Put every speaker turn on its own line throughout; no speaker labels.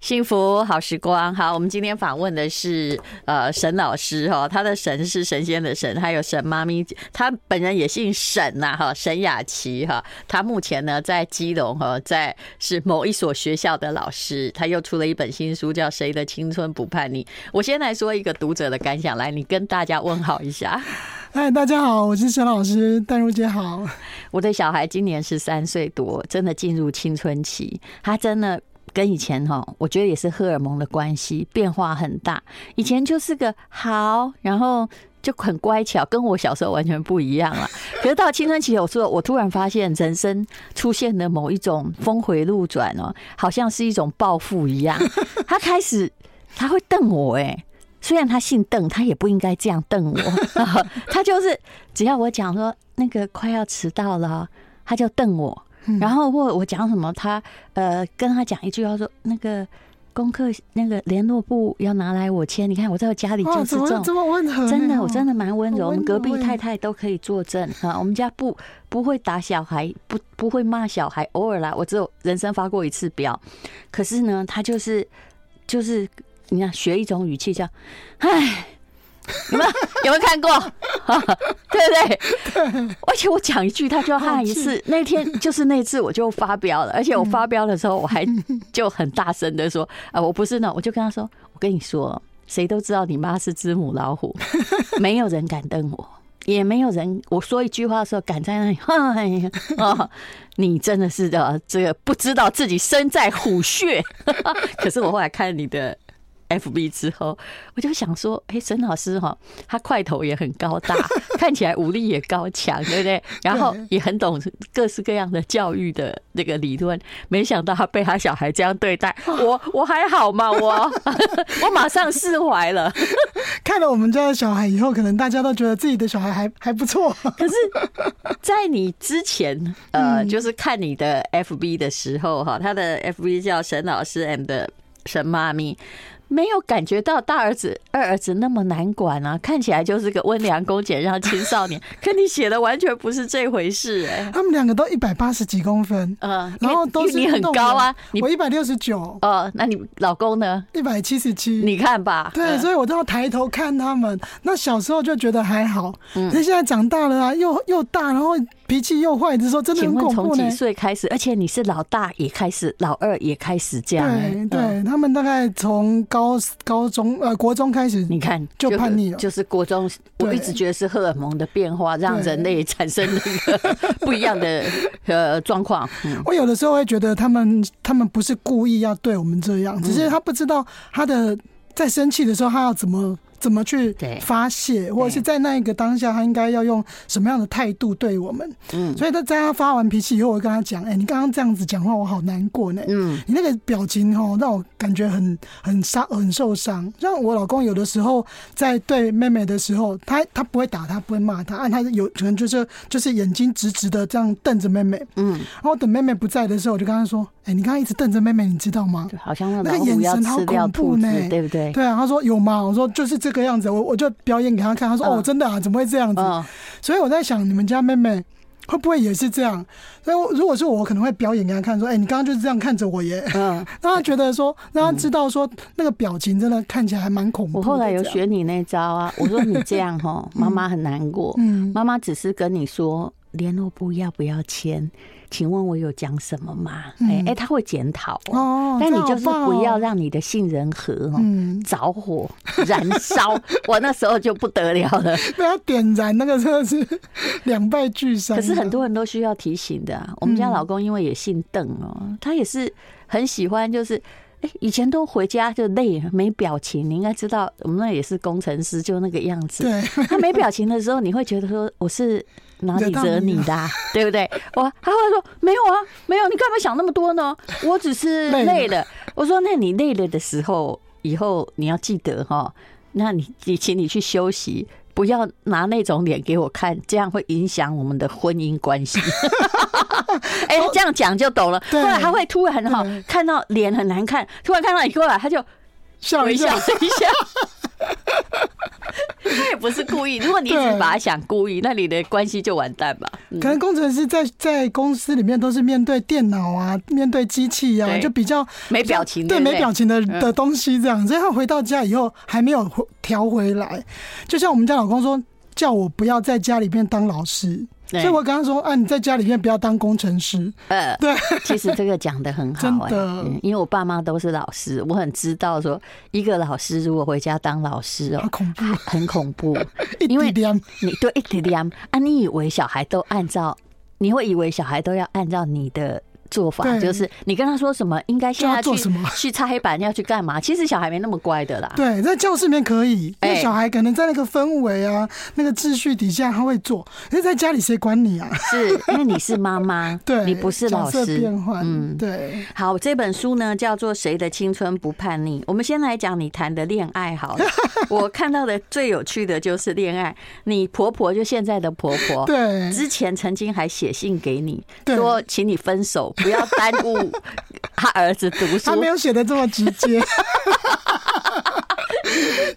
幸福好时光。好，我们今天访问的是呃沈老师哈、哦，他的神是神仙的神，还有沈妈咪，他本人也姓沈呐、哈，沈雅琪哈、他目前呢在基隆哈、在是某一所学校的老师，他又出了一本新书叫《谁的青春不叛逆》。我先来说一个读者的感想，来，你跟大家问好一下。啊
嗨，哎大家好，我是沈老师，淡如姐好。
我的小孩今年十三岁多，真的进入青春期，他真的。跟以前哈，我觉得也是荷尔蒙的关系，变化很大。以前就是个好，然后就很乖巧，跟我小时候完全不一样了。啊 可是到青春期有时候，我突然发现人生出现了某一种峰回路转哦，好像是一种报复一样。他开始他会瞪我哎、虽然他姓邓，他也不应该这样瞪我。他就是只要我讲说那个快要迟到了哦，他就瞪我。然后或我讲什么，他呃跟他讲一句话说那个功课那个联络簿要拿来我签，你看我在我家里
哇，
就是这
怎么
种
这么温和呢？哦
真的，我真
的
的蛮温柔。
嗯好
我
温
们隔壁
柔欸
太太都可以作证啊，我们家不不会打小孩，不不会骂小孩，偶尔啦，我只有人生发过一次飙。可是呢，他就是就是，你看学一种语气叫“唉”，你们有没有看过？ 对不对？而且我讲一句，他就
好
哈一
气嗯
次。那天就是那次，我就发飙了，而且我发飙的时候，我还就很大声的 说：“啊，我不是呢！”我就跟他说：“我跟你说，谁都知道你妈是只母老 虎，没有人敢瞪我，也没有人我说一句话的时候敢在那里， 哎呀，哦，你真的是的，这个不知道自己身在虎穴。 可是我后来看你的 FB 之后，我就想说，哎、沈老师哈、他块头也很高大， 看起来武力也高强，对不对？然后也很懂各式各样的教育的那个理论。没想到他被他小孩这样对待，我我还好吗？我 我马上释怀了。
看了我们家的小孩以后，可能大家都觉得自己的小孩还还 不错。
可是，在你之前，
嗯
呃，就是看你的 FB 的时候，哈，他的 FB 叫沈老师 and 沈妈咪，没有感觉到大儿子、二儿子那么难管啊，看起来就是个温良恭俭让青少年。可你写的完全不是这回事、哎，
他们两个都一百八十几公分，
呃，因
然
为
后都
因
是
为你很
运动
高啊
员，
你
我一百六十九，
哦，那你老公呢？
一百七十七。
你看吧，
对，
嗯
所以我都要抬头看他们。那小时候就觉得还好，
嗯
那现在长大了啊，又又大，然后脾气又坏的时候，真的
请
很
问
恐
从
怖呢
几。岁开始？而且你是老大也开始，老二也开始这样、哎
对
嗯
对，他们大概从高高中呃国中开始，
你看，
就叛逆了
就是国中，我
对
一直觉得是荷尔蒙的变化，让
对
人类产生那个不一样的呃状况。嗯，
我有的时候会觉得他们他们不是故意要对我们这样，
嗯
只是他不知道他的在生气的时候他要怎么。怎么去
对
发泄，或者是在那一个当下，他应该要用什么样的态度对我们？
嗯
所以他在他发完脾气以后，我跟他讲：“哎、你刚刚这样子讲话，我好难过呢。
嗯，
你那个表情哦，让我感觉很很伤，很受伤。像我老公有的时候在对妹妹的时候，他他不会打她，不会骂她，啊，他有可能就是就是眼睛直直的这样瞪着妹妹。
嗯，
然后等妹妹不在的时候，我就跟她说：“哎、你刚刚一直瞪着妹妹，你知道吗
就好像那
那
老
个眼
虎要
神好
吃掉
恐
兔
怖
子，
呢
对不？”对？
对啊，她说有吗？我说就是这个样子，我我就表演给她看。她说：“
嗯
哦，真的啊，怎么会这样子？”
嗯，
所以我在想，你们家妹妹会不会也是这样？所以我如果是我，我可能会表演给她看，说：“哎、你刚刚就是这样看着我耶。”
嗯，
让她觉得说，让她知道说，那个表情真的看起来还蛮恐怖
我
的。
后来有
这样，
学你那招啊，我说你这样吼，妈妈很难过，
嗯，
妈妈只是跟你说联络部要不要签，请问我有讲什么吗？哎
嗯
哎，他会检讨哦，
哦，
但
这
你
样好
就是
棒哦
不要，让你的杏仁核哦。
嗯，
着火燃烧，我那时候就不得了了。
不要点燃那个，真的是 两败俱伤啊。
可是很多人都需要提醒的、啊。我们家老公因为也姓邓哦，他也是很喜欢，就是哎、以前都回家就累，没表情。你应该知道，我们那也是工程师，就那个样子。
对，
他没表情的时候，你会觉得说我是哪里惹你的、啊， 对不对？我他会说没有啊，没有，你干嘛想那么多呢？我只是
累了
累了。我说那你累了的时候，以后你要记得哈，那你你请你去休息。不要拿那种脸给我看，这样会影响我们的婚姻关 系。哎、这样讲就懂了。后
对
来他会突然哈
对
看到脸很难 看，突然看到你过来，他就
笑
微
一
笑
下，
一下。他也不是故意。如果你一直
对
把他想故意，那你的关系就完蛋吧。嗯
可能工程师在在公司里面都是面对电脑啊，面对机器啊，
对
就比较
没表情，
对
不
没表情的
嗯
的东西这样，所以他回到家以后还没有回调回来。就像我们家老公说，叫我不要在家里面当老师，
对
所以我跟他说啊，你在家里面不要当工程师。
呃，
对，
其实这个讲的很好、
真
哎
的
嗯因为我爸妈都是老师，我很知道说，一个老师如果回家当老师哦
好、恐怖，
很恐怖，
一
因为
滴点
你对一点点啊，你以为小孩都按照，你会以为小孩都要按照你的。做法
对
就是你跟他说什么，应该现
就要
在去
做什么
去擦黑板，要去干嘛？其实小孩没那么乖的啦。
对，在教室里面可以，因
哎
为小孩可能在那个氛围啊、那个秩序底下他会做，可是在家里谁管你啊？
是因为你是妈妈，
对，
你不是老
角色
师，嗯
变换，对，
好，这本书呢叫做《谁的青春不叛逆》。我们先来讲你谈的恋爱好 了。我看到的最有趣的就是恋爱，你婆婆就现在的婆婆，
对，
之前曾经还写信给你
对
说，请你分手，不要耽误他儿子读书
他。没有写的这么直接。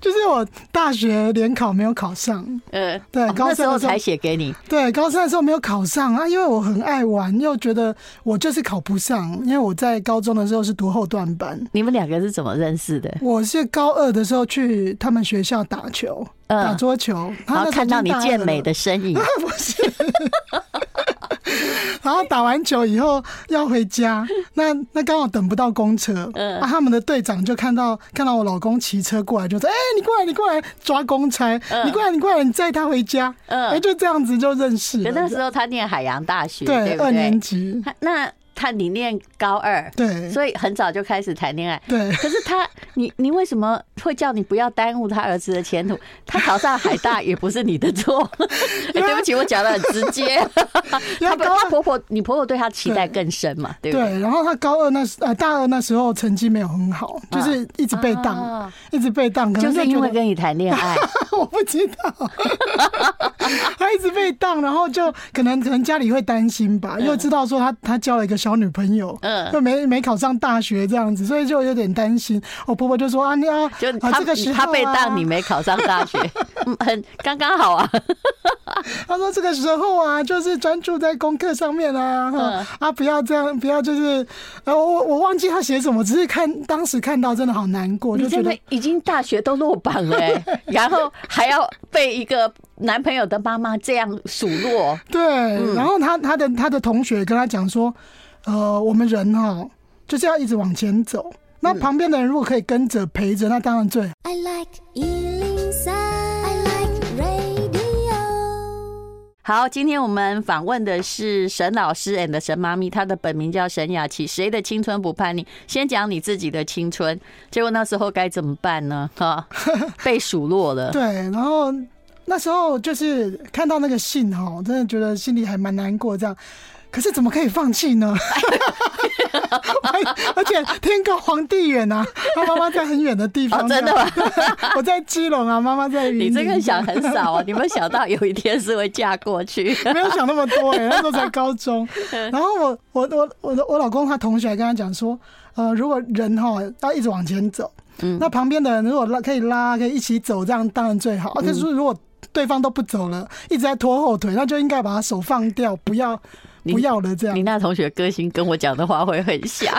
就是我大学联考没有考上，
呃，
对
哦
高
那
三的
时
时
候
候
才写给你，
对，高三的时候没有考上啊，因为我很爱玩，又觉得我就是考不上，因为我在高中的时候是读后段班，
你们两个是怎么认识的？
我是高二的时候去他们学校打球，打
嗯，
桌球，
然后
那时候
看到
已
你
经大
健
二了
美的身影，
不是。然后打完球以后要回家，那那刚好等不到公车，
嗯
啊，他们的队长就看到看到我老公骑车过来，就说：“哎、你过来，你过来，抓公差，
嗯
你过来，你过来，你载他回家。
嗯
哎、就这样子就认识
可那
了。
时候他念海洋大学，
对，
对不
二
对
年？级，
他那他你念高二，
对
所以很早就开始谈恋爱。
对，
可是他，你 你为什么会叫你不要耽误他儿子的前途？他考上海大也不是你的 错。哎对不起，我讲的很直接。
因
他
为
不
高
他
二
婆婆，你婆婆对他期待更深嘛？对不对？
对，然后他高二那时呃大二那时候成绩没有很好，就是一直被当，
啊
一直被当，可
就
能
是
觉
因为
得
跟你谈恋 爱，
我不知道， 他一直被当，然后就可能可能家里会担心吧，因为知道说他他交了一个小女朋友，
嗯
就没没考上大学这样子，所以就有点担心。我婆婆就说啊，你要
就
啊
他
这个时候、啊、
他被当，你，没考上大学，嗯很刚刚好啊。
她说这个时候啊，就是专注在功课上面啊，
嗯
哈啊不要这样，不要就是，呃我我我忘记他写什么，只是看当时看到真的好难过，
你
就觉
真
得
的已经大学都落榜 了、哎然后还要被一个男朋友的妈妈这样数落。
对，
嗯
然后他他的他的同学跟他讲说，呃，我们人哈就是要一直往前走。
嗯
那旁边的人如果可以跟着陪着，那当然最好。
I like Ealing Sound. I like radio.
好，今天我们访问的是沈老师 and 沈妈咪，她的本名叫沈雅琪。谁的青春不叛逆？先讲你自己的青春，结果那时候该怎么办呢？ 哈，被数落了。
对，然后那时候就是看到那个信哈，真的觉得心里还蛮难过这样。可是怎么可以放弃 呢？而且天高皇帝远啊，他妈妈在很远的地
哦
方这
真
样。
的
我在基隆啊，妈妈在云林。
你这个想很少啊，你没有想到有一天是会嫁过 去。
没有想那么多哎、欸，那时候才高 中。然后我我我我的我老公他同学还跟他讲说，呃，如果人哈要一直往前走，
嗯
那旁边的人如果拉可以拉可以一起走，这样当然最好。啊可是
嗯
如果对方都不走了，一直在拖后腿，那就应该把他手放掉，不要
你
不要了这样
你。那同学个性跟我讲的话会很 像，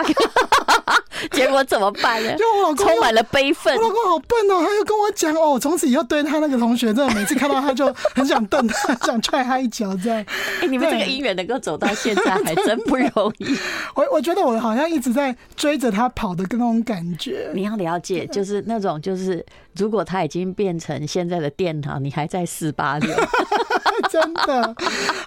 结果怎么办呢
就？我老公
充
又。
满了悲愤
我。老公好笨哦，他又跟我讲哦，从此以后对他那个同学，真的每次看到他就很想瞪他， 想踹他一脚这样。
哎、你们这个
对
姻缘能够走到现在，还真不容易。
我我觉得我好像一直在追着他跑的那种感觉。
你要了 解，就是那种，就是如果他已经变成现在的殿堂，你还在四八 六，
真的，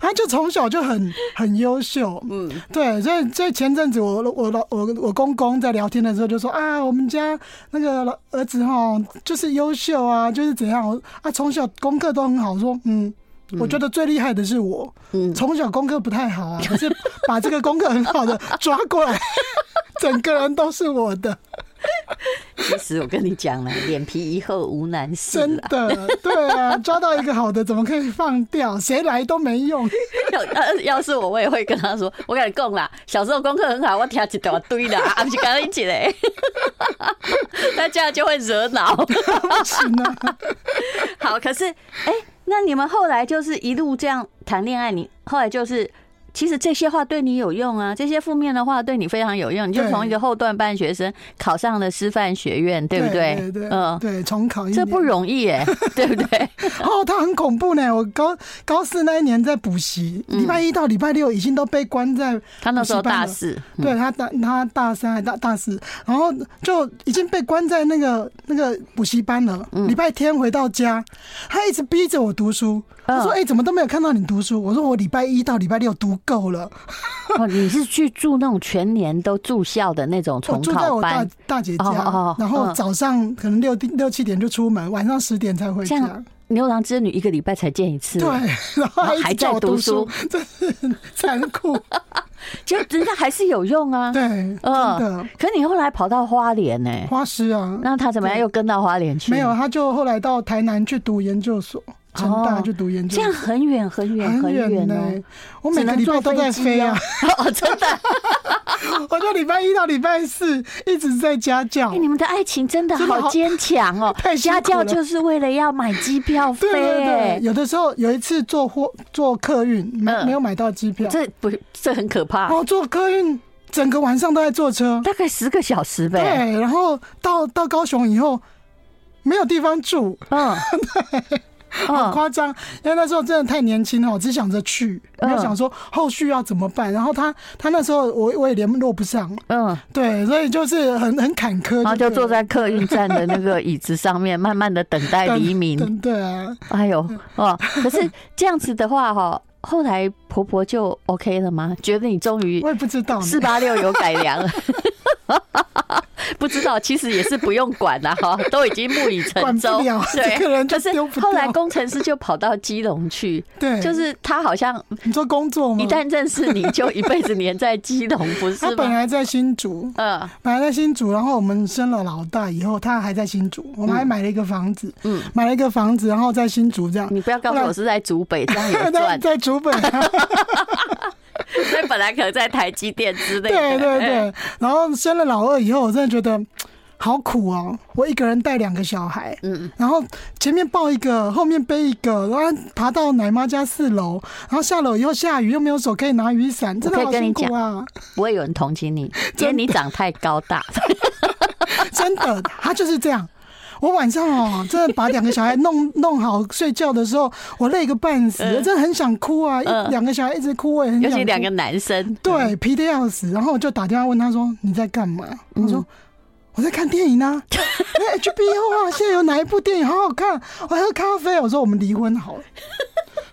他就从小就很很优秀，嗯，对，所以所以前阵子我我老我我公公在聊天的时候就说啊，我们家那个老儿子哈就是优秀啊，就是怎样我啊，从小功课都很好，我说嗯。我觉得最厉害的是我，
嗯
从小功课不太好啊，可是把这个功课很好 的抓过来，整个人都是我的，
其实我跟你讲了，脸皮一厚无难事
真
啦。
的，对啊，抓到一个好的怎么可以放掉？谁来都没用。
要 要要是我，我也会跟他说，我跟你讲啦，小时候功课很好，我听一大堆啦，啊，不是跟他一起 嘞，那这样就会惹恼。
不行啊！
好，可是哎、那你们后来就是一路这样谈恋爱，你后来就是。其实这些话对你有用啊，这些负面的话对你非常有用。你就
对
从一个后段班学生考上了师范学院，对不
对？对
嗯，
对，重考一
这
年，
不容易 耶，对不对？
哦，他很恐怖呢。我高高四那一年在补习，
嗯
礼拜一到礼拜六已经都被关在
他那时候大四，
对他大他大三还大大四，然后就已经被关在那个那个补习班了。
嗯
礼拜天回到家，他一直逼着我读书。
嗯
他说：“哎、怎么都没有看到你读书？”我说：“我礼拜一到礼拜六读够了。
哦，你是去住那种全年都住校的那种
我
重
住在
考
我大
班，
大姐家，
哦哦哦
然后
嗯
早上可能六六七点就出门，晚上十点才回
这
家
样。牛郎织女一个礼拜才见一次，
对，然后他一
还
直叫
在
我
读
读书，真是很残 酷。
就人家还是有用啊。
对，真的
嗯，可你后来跑到花莲呢、
花师啊。
那他怎么样又跟到花莲去？
没有，，他就后来到台南去读研究所，成大
哦
去读研究
这
所。
样很远很远
很
远
呢、
哦，
我每个礼拜都在飞啊，
只能坐飞机啊！ 哦，真的，
我就礼拜一到礼拜四一直在家教
哎，。你们的爱情真的
真的
好
好
坚强哦
太！辛苦
家
了
教就是为了要买机 票
对对
飞，
对
哎，
有的时候有一次坐货坐客运没
嗯啊
没有买到机票，
这不这很可怕
然，后坐客运整个晚上都在坐车，
大概十个小时
对，
呗。
然后到到高雄以后没有地方住，
嗯，
很
嗯，
夸张，因为那时候真的太年轻了，我只想着去，没有
嗯
想说后续要怎么办。然后他他那时候我我也联络不上，
嗯，
对，所以就是很很坎坷，
然后就
对了
坐在客运站的那个椅子上 面，慢慢的等待
等
黎明。
等对啊，
哎呦哦，可是这样子的话哈，后来婆婆就 OK 了吗？觉得你终于
我也不知道呢。
四八六有改良 了。不知道，其实也是不用管了 哈，都已经木已成
管不
舟
了。
对，
这个人就
可是
丢不
后来
掉
工程师就跑到基隆去，
对，
就是他好像
你说工作吗？
一旦认识你，就一辈子黏在基隆，不
他
是
本
吗？
来在新竹，
嗯
本来在新竹，然后我们生了老大以后，他还在新竹，我们还买了一个房子，
嗯，
买了一个房子，然后在新竹这样。
你不要告诉我是在竹北，这样有
在
赚，
在竹本，
所以本来可能在台积电之类的。
对对
哎，
对，然后生了老二以后，我真的觉得好苦哦，我一个人带两个小孩，
嗯，
然后前面抱一个，后面背一个，然后爬到奶妈家四楼，然后下楼以后下雨又没有手可以拿雨伞，真的
我可以
好
跟你
辛苦啊！
不会有人同情你，因为你长太高大。
真的，他就是这样。我晚上哦，真的把两个小孩弄 弄好睡觉的时候，我累个半死，
嗯
真的很想哭啊！一
嗯
两个小孩一直哭，我也很
尤
想
其
哭。
两个男生，
对，皮的要死。然后我就打电话问他说：“你在干嘛？”我说：“我在看电影啊。”哎，HBO 啊，现在有哪一部电影好好看？我喝咖啡。我说：“我们离婚好了，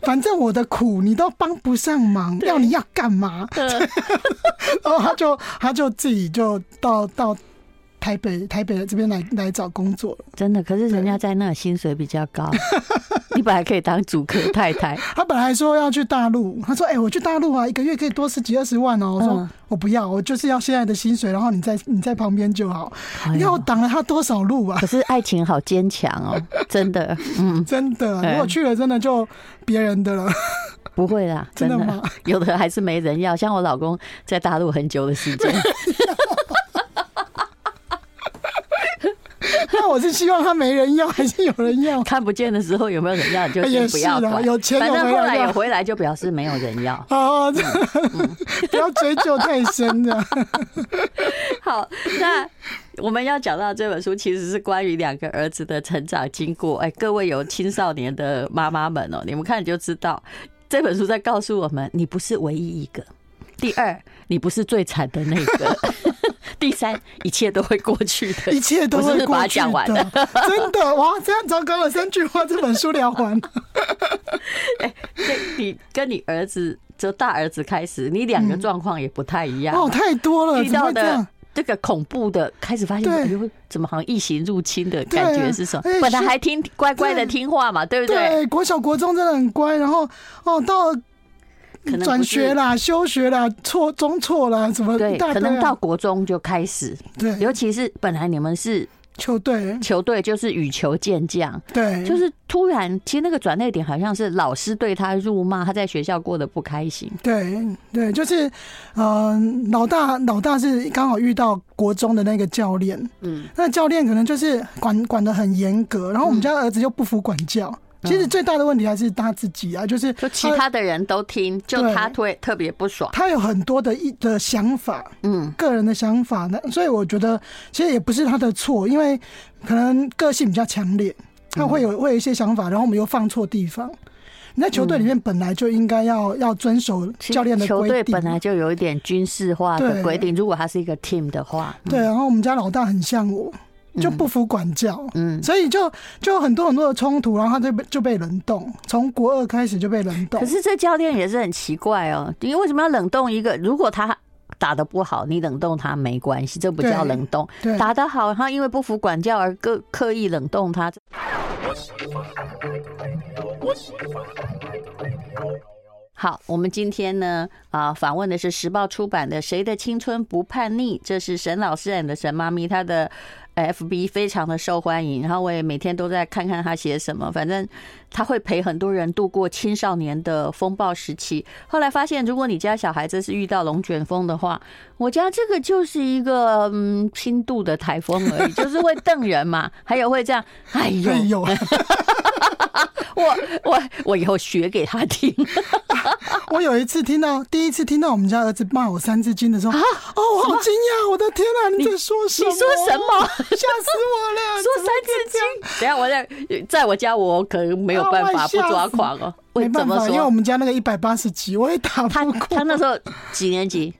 反正我的苦你都帮不上忙，要你要干嘛？”
嗯
然后他就他就自己就到到台北台北这边来来找工作了。
真的。可是人家在那薪水比较 高，你本来可以当主客太太。
他本来说要去大陆，他说：“哎、我去大陆啊，一个月可以多十几二十万哦。”我说：“
嗯
我不要，我就是要现在的薪水，然后你在你在旁边就好。
哎呦
你看我挡了他多少 路啊！
可是爱情好坚强哦，真的，嗯，
真的，
哎
如果去了，真的就别人的 了。
不会啦，真
真的
的，
吗
有的还是没人要。像我老公在大陆很久的时 间，
那我是希望他没人要，还是有人 要？
看不见的时候有没有人要，你就先
也
不
哎是
要
啦
管。
有钱
反
有
正
没
后
人
来
要
有回来就表示没有人要。
哦，这
嗯
不要追究太深的。
好，那我们要讲到这本书，其实是关于两个儿子的成长经过。哎，各位有青少年的妈妈们哦，你们看就知道，这本书在告诉我们，你不是唯一一个。第二，你不是最惨的那个。 第三，一切都会过去的。
一切都
我是不
会
是把
过
它
去
讲完
的， 真的哇！这样糟糕了，三句话这本书聊 完，
跟你跟你儿子，就大儿子开始，你两个状况也不太一样。
哦，太多了，
啊遇
怎么
到
会这样
的？这个恐怖的，开始发现
对
哎呦，怎么好像异形入侵的
对
感觉是什么
而且？
本来
是
还听乖乖的
对
听话嘛，对不对？
对，国小国中真的很乖，然后哦到
可能不
转
是
学啦、休学啦、错中错啦，什么一
对，
大堆啊、哎
可能到国中就开始，
对
尤其是本来你们是
球队，
球队就是羽球健将，
对，
就是突然，其实那个转捩点好像是老师对他辱骂，他在学校过得不开心。
对对，就是，嗯、老大老大是刚好遇到国中的那个教练，
嗯，
那教练可能就是管管的很严格，然后我们家儿子又不服管教。其实最大的问题还是他自己啊，就是
嗯就其他的人都听，就他特特别不爽。
他有很多的一的想法，
嗯，
个人的想法呢，所以我觉得其实也不是他的错，因为可能个性比较强
嗯
烈，他会有会有一些想法，然后我们又放错地方。你在球队里面本来就应该要要遵守
嗯其实
教练的
球队
规
本
定，啊
来就有一点军事化的
对
规定，如果他是一个 team 的话，
对。然后我们家老大很像我，就不服管教，
嗯，
所以就就很多很多的冲突，然后他就被就被冷冻，从国二开始就被冷冻
可。是这教练也是很奇怪哦，你为什么要冷冻一个？如果他打得不好，你冷冻他没关系，这不叫
对
冷冻。
对，
打得好，他因为不服管教而刻刻意冷冻他，好，我们今天呢啊访问的是时报出版的《谁的青春不叛逆》，这是沈老师 and 沈妈咪她的呃 FB 非常的受欢迎，然后我也每天都在看看她写什么，反正她会陪很多人度过青少年的风暴时期。后来发现，如果你家小孩子是遇到龙卷风的话，我家这个就是一个嗯轻度的台风 而已，就是会瞪人嘛，还有会这样，哎呦，
哎呦，
我我我以后学给他 听。
我有一次听到，第一次听到我们家儿子骂我三字经的时候，哦，我好惊讶，我的天啊，你在说什
啊你
么？
说什？么？
吓死我 了！
说三字经？等一下我在在我家，我可能没有办法不
啊我也吓死
抓狂哦。
没
为
办
怎么
法，因为我
说？
们家那个一百八十集，我也打
他
不过。
他那时候几年级？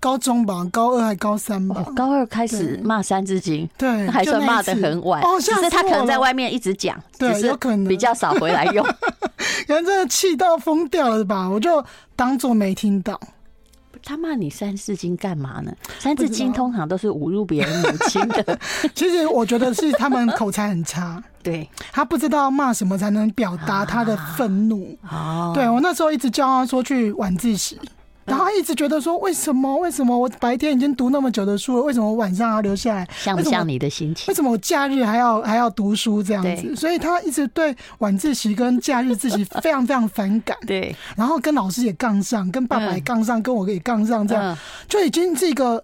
高中吧，高二还高三吧
哦，，高二开始骂三字经。
对，
那还
就
算
那一
骂的
次
很晚，
哦，
只
吓死
是他可能
我
在
了
外，面一直讲，
对
只是
有可能
比较少回来 用。
然后真的气到疯掉了吧？我就当做没听到。
他骂你三字经干嘛呢？三字经
不知道
通常都是侮辱别人母亲 的，
其实我觉得是他们口才很差，
对，
他不知道骂什么才能表达他的愤怒。
哦，
对我那时候一直教他说去晚自习，然后他一直觉得说为什么为什么我白天已经读那么久的书了，为什么晚上还要留下来？
像不像你的心情
为？什么我假日还要还要读书这样
对
子？所以他一直对晚自习跟假日自习非常非常 反感，
对，
然后跟老师也杠上，跟爸爸也杠上，跟我也杠上，这样
嗯
就已经是一个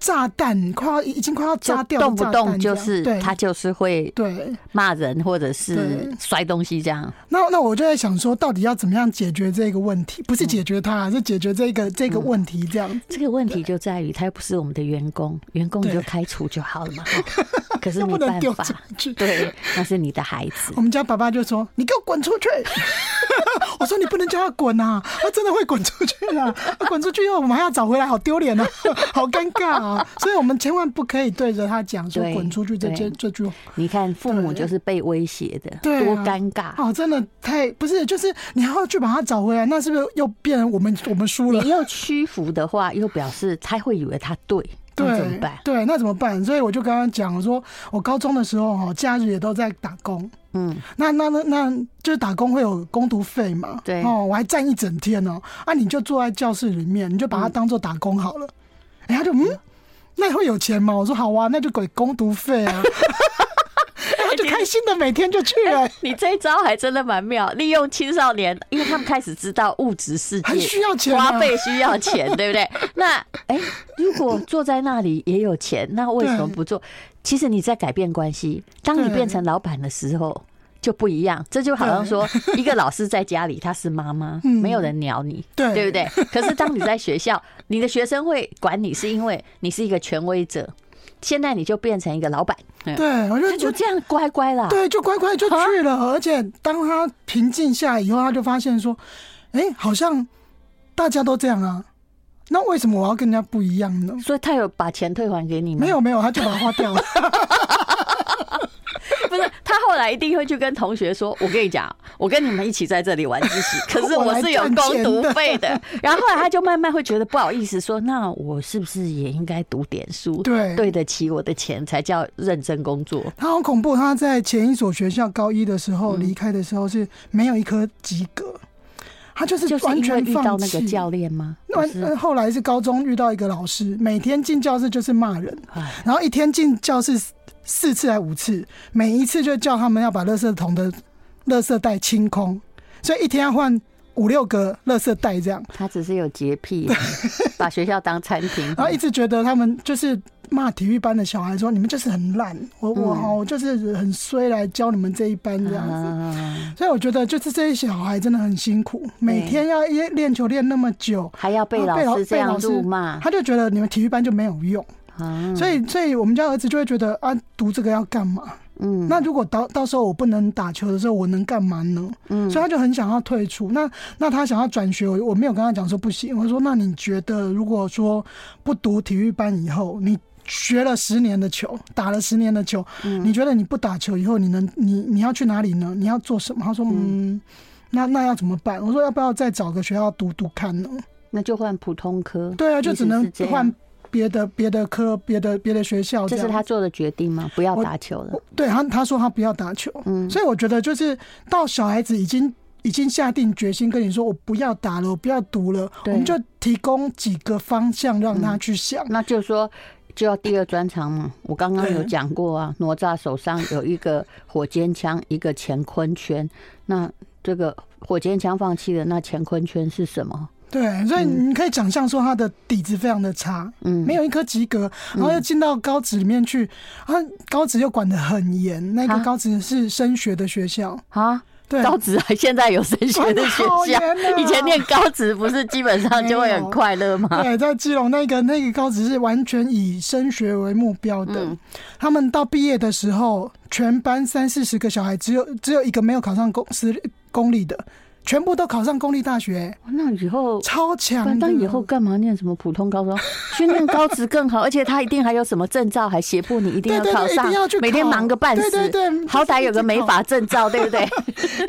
炸弹，快要已经快要
就
炸掉的
动不
炸弹这
动就
样，
是
对
他就是会
对。
骂人或者是
对
摔东西这样。
那那我就在想说，到底要怎么样解决这个问题？不
嗯
是解决它，是解决这个这个问题这样子。
这个问题就在于他又不是我们的员工，员工你就
对
开除就好了嘛。 哈可是
又
没
不能
办
丢
法
出，去。
对，那是你的孩子
我。们家爸爸就说：“你给我滚出去！” 我说：“你不能叫他滚啊，他真的会滚出去啊！他滚出去以后，我们还要找回来，好丢脸啊， 好尴尬啊！所以我们千万不可以对着他讲说
对
‘滚出去’这
对
这这句话
你看，父母
对
就是被威胁的，
对啊
多尴尬！
啊，真的太不是，就是你还要去把他找回来，那是不是又变成我们我们输了
你？又屈服的话，又表示他会以为他对，那
对，
怎么办？
对，那怎么办？所以我就跟他讲，我说我高中的时候哈，假日也都在打工。
嗯，
那那那那就是打工会有工读费嘛，
对
哦，我还站一整天哦，啊，你就坐在教室里面，你就
嗯
把它当做打工好了。哎、他就嗯，那会有钱吗？我说好啊，那就给工读费啊。 哎他就开心的每天就去了，
你这一招还真的蛮妙，利用青少年，因为他们开始知道物质世界
很需要钱啊
花费需要钱，对不对？那哎、如果坐在那里也有钱，那为什么不做？其实你在改变关系，当你
对
变成老板的时候。就不一样，这就好像 说一个老师在家里，他是妈妈，
嗯
没有人鸟你，
对
对不对？可是当你在学校，你的学生会管你，是因为你是一个权威者。现在你就变成一个老板，嗯
对我
他
就
就
就
这样乖乖啦。
对，就乖乖就去了。
啊
而且当他平静下来以后，他就发现说，哎、好像大家都这样啊，那为什么我要跟人家不一样呢？
所以他有把钱退还给你吗？
没，有没有，他就把它花 掉了。
不是他后来一定会去跟同学说：“我跟你讲，我跟你们一起在这里玩自 习，可是我是有攻读费的。”然后后来他就慢慢会觉得不好意思，说：“那我是不是也应该读点书，
对
对得起我的钱，才叫认真工作
他好恐怖！
嗯
他在前一所学校高一的时候离开的时候是没有一科及格，他就是
就是
完
因为
全
遇到
放
那个
弃。
教练吗？
那完
不是
呃后来是高中遇到一个老师，每天进教室就是骂人，
哎
然后一天进教室四四次还五次，每一次就叫他们要把垃圾桶的垃圾袋清空，所以一天要换五六个垃圾袋这样。
他只是有洁 癖，把学校当餐厅。
然后一直觉得他们就是骂体育班的小孩说你们就是很烂，我我
嗯
哦我就是很衰来教你们这一班这样子。
啊
所以我觉得就是这些小孩真的很辛苦，每天要一练球练那么久，
还要被
然后被
老
老
师这
啊被
样
老师
辱骂，
他就觉得你们体育班就没有用，
啊
所以所以我们家儿子就会觉得啊，读这个要干嘛？
嗯
那如果到到时候我不能打球的时候，我能干嘛呢？
嗯
所以他就很想要退出。那那他想要转学，我我没有跟他讲说不行，我说那你觉得如果说不读体育班以后，你学了十年的球，打了十年的球，
嗯
你觉得你不打球以后，你能你你要去哪里呢？你要做什么？他说嗯。那那要怎么办？我说要不要再找个学校读读看呢？
那就换普通科。
对啊，就
意思
只能
是这样
换别的别的科、别的别的学校
这
样。
是他做的决定吗？不要
我
打球了
我。对他他说他不要打球，
嗯
所以我觉得就是到小孩子已经已经下定决心跟你说我不要打了，我不要读了，我
对嗯
们就提供几个方向让他去想。
那就说就要第二专长嘛。我刚刚有
对
讲过啊，哪吒手上有一个火尖枪，一个乾坤圈。那这个火尖枪放弃了，那乾坤圈是什么？
对，所以你可以想象说他的底子非常的差，
嗯，
没有一科及格，然后又进到高职里面去，啊，高职又管得很严，那
啊
个高职是升学的学校，
啊，
对。
高职还现在有升学的学
管得
校
好严，啊
以前念高职不是基本上就会很快乐吗？
对，在基隆那个那个高职是完全以升学为目标的，
嗯
他们到毕业的时候，全班三四十个小孩，只有只有一个没有考上公私公立的，全部都考上公立大学，
那以后。
超
不
强
然
的。
那以后干嘛念什么普通高中？去念高职更好，而且他一定还有什么证照，还胁迫你一定
对
要
对
考
对，一
上
定要去，考，
每天忙个半死。
对对对，
好歹有个美
法。
发证照，对不 对？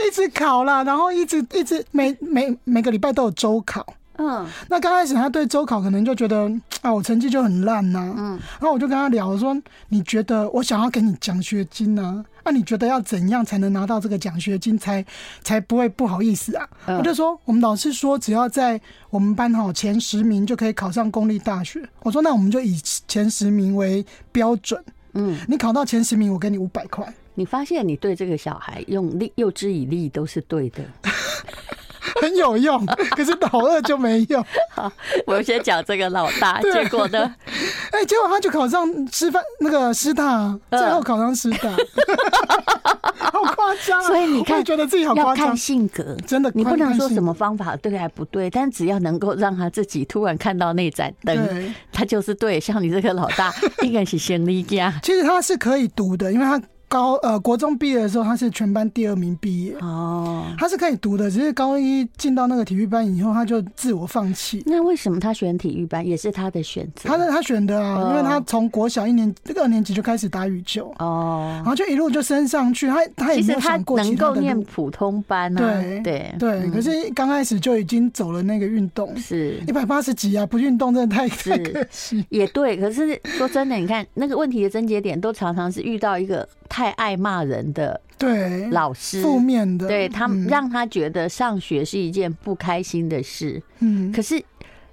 一直考啦，然后一直一直每每每个礼拜都有周考。
嗯，
那刚开始他对周考可能就觉得啊，我成绩就很烂呐、嗯，然后我就跟他聊，我说你觉得我想要给你奖学金呢、啊？那、你觉得要怎样才能拿到这个奖学金才才不会不好意思啊？
嗯
我就说我们老师说只要在我们班好前十名就可以考上公立大学。我说那我们就以前十名为标准，
嗯，
你考到前十名，我给你五百块。
你发现你对这个小孩用力诱之以利都是对的。
很有用， 可是老二就没用。
好， 我先讲这个老大，
对
结果呢，
哎、结果他就考上师范那个师大，啊
嗯
最后考上师 大，好夸张啊！
所以你看
我也觉得自己好
要
夸
看
张。
性格，
真的
你不
看
能
看
说
性
什么
格
方法对还不对，但只要能够让他自己突然看到那盏灯
对，
他就是对。像你这个老大，应该是先立 家。
其实他是可以读的，因为他高呃国中毕业的时候，他是全班第二名毕业，
哦，
他是可以读的。只是高一进到那个体育班以后，他就自我放弃。
那为什么他选体育班也是他的选择？
他是他选的啊，
哦
因为他从国小一年二年级就开始打羽球，
哦
然，后就一路就升上去。他他也
其实
没有
他
想过其
能
他
够
的
念
路。
普通班啊，
对
对
对，可是刚开始就已经走了那个运动，
是
一百八十几啊，不运动真的太太
是
可惜。
也对，可是说真的，你看那个问题的症结点，都常常是遇到一个太爱骂人的
对，
老师，
负面的，
对他
嗯
让他觉得上学是一件不开心的事。
嗯。
可是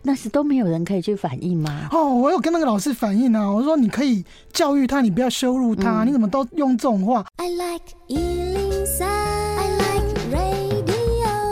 那时都没有人可以去反应吗？
哦，我有跟那个老师反映啊，我说你可以教育他，你不要羞辱
嗯
他，你怎么都用这种话？
I like Ealing Sound. I like radio.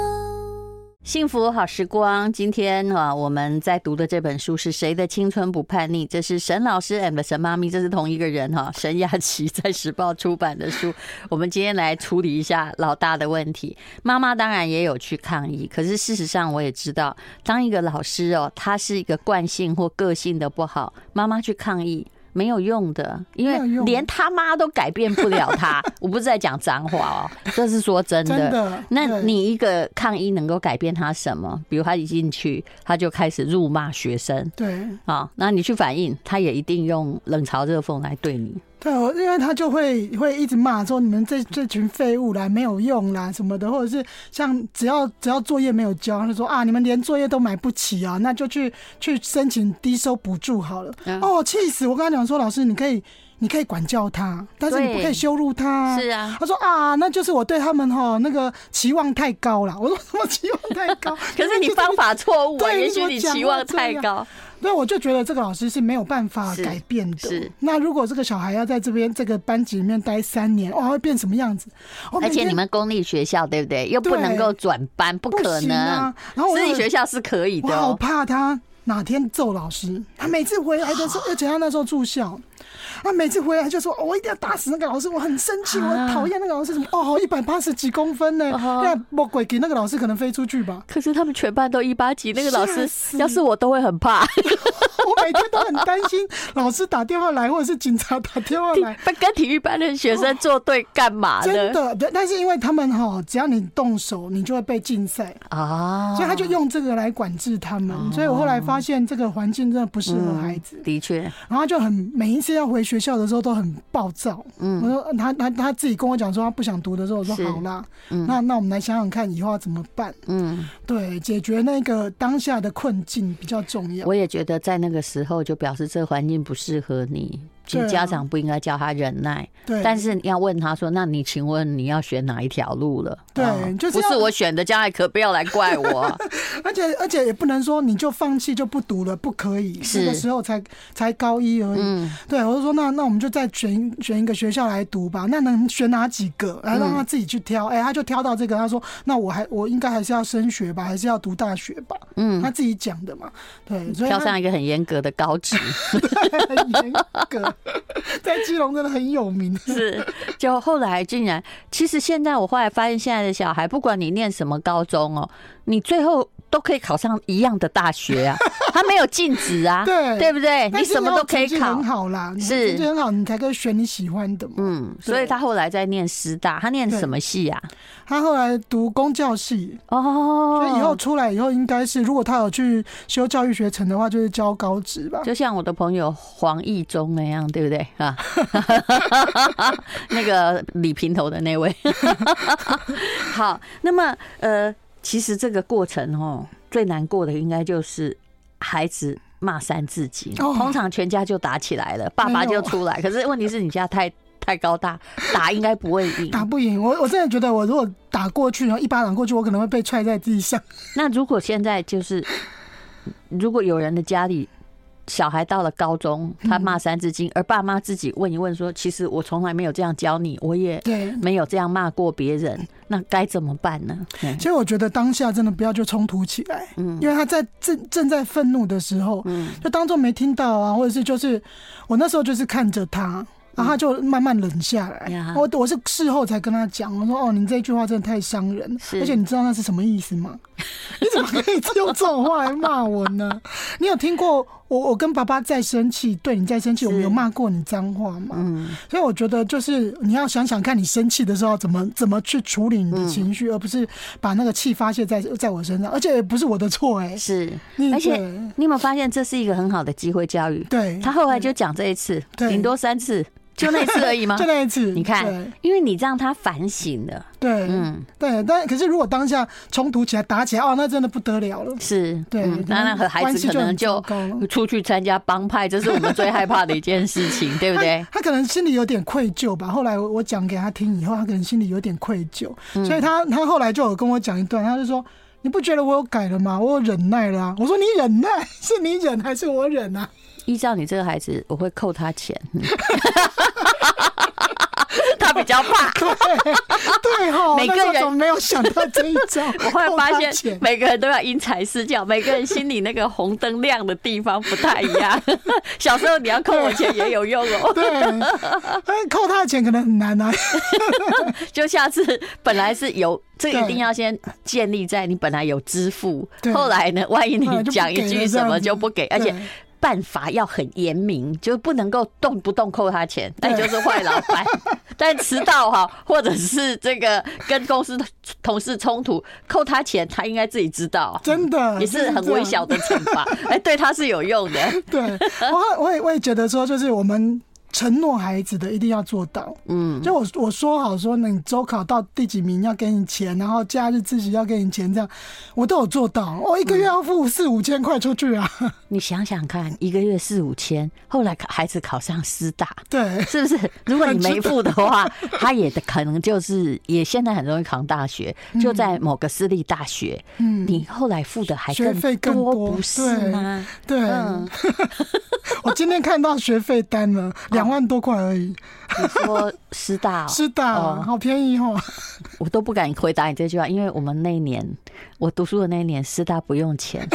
幸福好时光，今天啊，我们在读的这本书是谁的青春不叛逆？这是沈老师 and 沈妈咪，这是同一个人哈、沈雅琪在时报出版的书。 我们今天来处理一下老大的问题。妈妈当然也有去抗议，可是事实上我也知道，当一个老师哦，他是一个惯性或个性的不好，妈妈去抗议。没有用的，因为
没有用
连他妈都改变不了他。 我不是在讲脏话哦，这是说真的。
真的？
那
对
你一个抗议能够改变他什么？比如他一进去，他就开始辱骂学生
对
啊、那你去反应，他也一定用冷嘲热讽来对你。
对，我因为他就会会一直骂说你们这这群废物啦，没有用啦什么的，或者是像只要只要作业没有交，他就说啊，你们连作业都买不起啊，那就去去申请低收补助好了。
嗯
哦，气死！我跟他讲说，老师，你可以你可以管教他，但是你不
对
可以羞辱他啊。
是啊，
他说啊，那就是我对他们哈那个期望太高了。我说什么期望太高？
可是你方法错误啊，
对
也许你期望太
你怎么
高。
对，我就觉得这个老师是没有办法
是
改变
是
的。那如果这个小孩要在这边这个班级里面待三年，哇，会变什么样子？哦
而且你
每天
们公立学校对不对？又不
对
能够转班，不
不
可
行
能
啊。。然后我
私立
就
学校是可以
我
的
好
哦。
怕他哪天揍老师。他每次回来的时候，而且他那时候住校，他每次回来就说：“哦我一定要打死那个老师，我很生气，我
啊
很讨厌那个老师。”什么？哦，一百八十几公分呢？
哦
那魔鬼给那个老师可能飞出去吧。
可是他们全班都一八级，那个老
吓
师
啊死
要是我都会很怕，
我每天都很担心老师打电话来，或者是警察打电话 来。
跟体育班的学生作对干嘛
真
呢？
的，对，但是因为他们哈，只要你动手，你就会被禁赛，
啊，
所以他就用这个来管制他
哦
们。所以我后来发现这个环境真的不适合孩子。
嗯的确，
然后他就很每一次要回学校的时候都很暴躁。我
嗯，
说呃他他他自己跟我讲说他不想读的时候，我说
是
好啦，
嗯
那那我们来想想看以后要怎么办？
嗯，
对，解决那个当下的困境比较重要。
我也觉得在那个时候就表示这环境不适合你，
对
就
啊
家长不应该叫他忍耐，
对，
但是你要问他说：“那你请问你要选哪一条路了？”
对
哦
就是
不
要
是我选的，将来可不要来怪我。
而且而且也不能说你就放弃就不读了，不可以。
是
那个时候才才高一而已。
嗯，
对，我就说那那我们就再选一选一个学校来读吧。那能选哪几个？然
嗯
后让他自己去挑。哎、他就挑到这个，他说那我还我应该还是要升学吧，还是要读大学吧？
嗯
他自己讲的嘛。对，所以
挑
他
上一个很严格的高 职
很严格，在基隆真的很有名。
是，就后来竟然，其实现在我后来发现，现在的小孩，不管你念什么高中哦，你最后都可以考上一样的大学 啊，他没有禁止啊，
对
对不对？
但
你
是
什么
要
都可以
成绩
考
很。好啦，你
是
成绩很好，你才可以选你喜欢的嘛。
嗯，
对
所以他后来在念师大，他念什么系啊？
他后来读公教系，
哦，
所以以后出来以后应该是，如果他有去修教育学程的话，就是教高职吧。
就像我的朋友黄义中那样，对不对 啊？那个李平头的那位。 好，那么呃，其实这个过程哦，最难过的应该就是孩子。骂三字经，
哦
通常全家就打起来了，爸爸
没
就
有
出来。可是问题是你家太太高大，打应该不会赢。
打不赢我，我真的觉得我如果打过去，然后一巴掌过去，我可能会被踹在地上。
那如果现在就是，如果有人的家里小孩到了高中，
嗯
他骂三字经，而爸妈自己问一问说，其实我从来没有这样教你，我也
对，
没有这样骂过别人，那该怎么办呢？嗯
其实我觉得当下真的不要就冲突起来，
嗯
因为他在正正在愤怒的时候，
嗯
就当做没听到啊，或者是就是我那时候就是看着他，然后他就慢慢冷下来。
嗯呀
我我是事后才跟他讲，我说哦，你这句话真的太伤人，
是
而且你知道那是什么意思吗？ 你怎么可以用这种话来骂我 呢？你有听过我我跟爸爸在生气，对你在生气，
是
我们有骂过你脏话吗？
嗯，
所以我觉得就是你要想想看，你生气的时候怎么怎么去处理你的情绪，而不是把那个气发泄在在我身上，而且也不是我的错哎、
是。
你
而且
对
你有没有发现这是一个很好的机会教育？
对
他后来就讲这一次，
嗯对
顶多三次，就那一次而 已吗
就？那一次，
你看
对，
因为你让他反省了，
对，
嗯，
对，但可是如果当下冲突起来、打起来，哦，那真的不得了了。
是，
对
嗯，那那和孩
关
子
系
可能
就
就
很糟糕了
出去参加帮派，这是我们最害怕的一件事情，对不对？
他他可能心里有点愧疚吧。后来我我讲给他听以后，他可能心里有点愧疚，
嗯
所以他他后来就有跟我讲一段，他就说：“你不觉得我有改了吗？我有忍耐了、啊。”我说：“你忍耐 是你忍还是我忍啊。
依照你这个孩子，我会扣他钱。嗯 他比较 怕？”
对对哈，
每个人
那时候怎么没有想到这一招？
我后来发
扣他
现，
钱
每个人都要因材施教，每个人心里那个红灯亮的地方不太一样。 小时候你要扣我钱也有用哦，
对， 哎扣他的钱可能很难啊。
就下次 本来是有。这个一
对
定要先建立在你本来有支付，
对
后来呢，万一你
后来就不
讲一
给
句
了这
什
样
么
子
就不给，而且
对
办法要很严明，就是不能够动不动扣他钱，那你就是坏老 板。但迟到哈，或者是这个跟公司同事冲突，扣他钱，他应该自己知道，
真的
也是
真的
很
啊这样
微 小的惩罚，哎，对他是有用的。
对，我我也我也觉得说，就是我们承诺孩子的一定要做到。
嗯，
就我我说好说，那你周考到第几名要给你钱，然后假日自习要给你钱，这样我都有做到。我、一个
嗯
月要付四五千块出去啊，
你想想看，一个月四五千，后来考孩子考上师大，
对，
是不是？如果你没付的 话，他也可能就是也现在很容易考上大学，就在某个私立大学，
嗯，
你后来付的还
学费更
多，
多
不是吗？
对，
嗯， 哦
我今天看到学费单了，两万多块而已，
你说师大、哦，
是的，
哦
好便宜哦。
我都不敢回答你这句话，因为我们那一年我读书的那一年，师大不用 钱。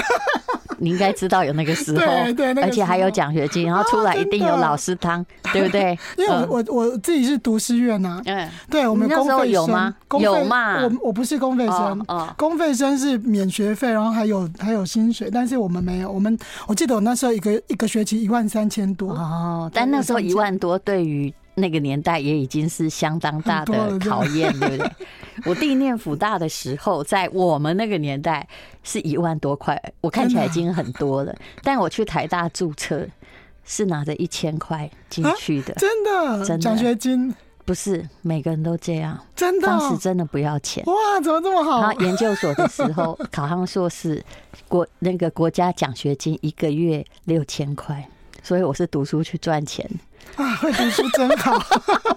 你应该知道有那个时候，
对对那个啊
而且还有奖学金，然后出来一定有老师汤，对不对？
因为
嗯
我我我自己是读师院啊呐、
嗯，
对我们
你那
公
时候
费
有
生
吗
公费
有嘛
我我不是公费生
哦，哦
公费生是免学费，然后还有还有薪水，但是我们没有。我们我记得我那时候一个一个学期一万三千多，啊
哦，但那时候
上
一
千
万多，对于那个年代也已经是相当大
很多了
的
对
考验，对 不对？我弟念辅大的时候，在我们那个年代是一万多块，我看起来已经很多了。
啊
但我去台大注册是拿着一千块进去的，
真的
真的
奖学金
不是每个人都这样。
真的
当
哦
时真的不要钱。
哇，怎么这么
然
好
后？研究所的时 候考上硕士，国那个国家奖学金一个月六千块，所以我是读书去赚钱。
啊，会读书真 好，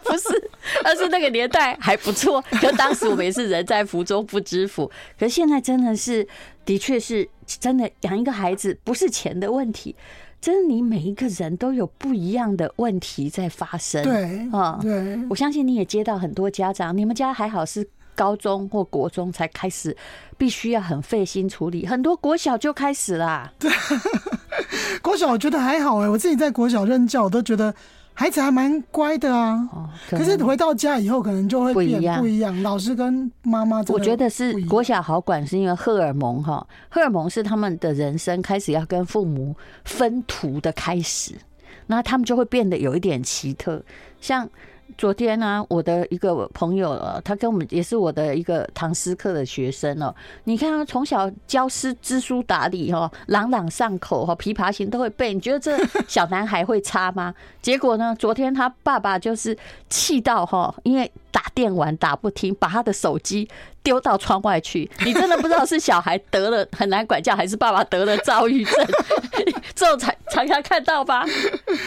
不是，而是那个年代还不错。可当时我们也是人在福中不知福。可是现在真的是，的确是真的养一个孩子不是钱的问题，真的你每一个人都有不一样的问题在发生。
对
啊、
对，
我相信你也接到很多家长，你们家还好是。高中或国中才开始，必须要很费心处理，很多国小就开始啦。
国小我觉得还好哎、我自己在国小任教，我都觉得孩子还蛮乖的啊。
哦，
可是
能
回到家以后，可能就会
不一
变
样
不一样。老师跟妈妈真的不
我
一样，
觉得是国小好管，是因为荷尔蒙哈，荷尔蒙是他们的人生开始要跟父母分途的开始，那他们就会变得有一点奇特。像昨天呢、啊我的一个朋友，呃他跟我们也是我的一个唐诗课的学生哦，你看他从小教诗知书达理哦，朗朗上口哦，琵琶行都会背，你觉得这小男孩会差吗？ 结果呢，昨天他爸爸就是气到哈，因为打电玩打不听，把他的手机丢到窗外去。你真的不知道是小孩得了很难管教，还是爸爸得了躁郁症？ 这种才常常看到 吧？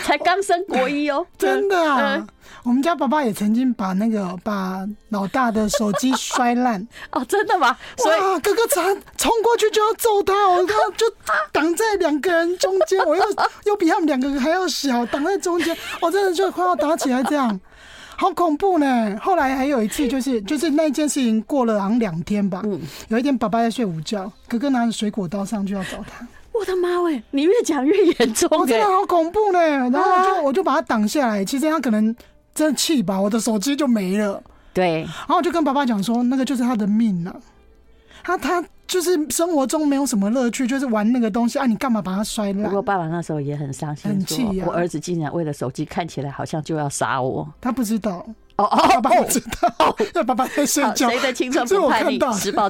才刚升国一哦，
真的啊、
嗯
我们家爸爸也曾经把那个把老大的手机摔烂，
哦，真的吗？ 所以
哇，哥哥常冲过去就要揍他，我他就挡在两个人中间，我又又比他们两个还要小，挡在中间， 我真的就快要打起来这样。好恐怖呢！后来还有一 次，就是就是那件事情过了好像两天吧。
嗯
有一天，爸爸在睡午觉，哥哥拿着水果刀上去要找他，
我的妈喂，你越讲越严重
哦我、真
哎、
的好恐怖呢！然后
啊
我就我就把他挡下来，其实他可能真的气吧，我的手机就没了。
对，
然后我就跟爸爸讲说，那个就是他的命啊，他他就是生活中没有什么乐趣，就是玩那个东西啊，你干嘛把它摔
不过
烂？
爸爸那时候也很伤心
很
说，
气呀
我儿子竟然为了手机看起来好像就要杀我。
他不知道，
哦哦
爸爸
哦
不知道，那、爸爸在睡
好
觉。
谁的青春
这
不
我
叛
看
逆
到？
时报出。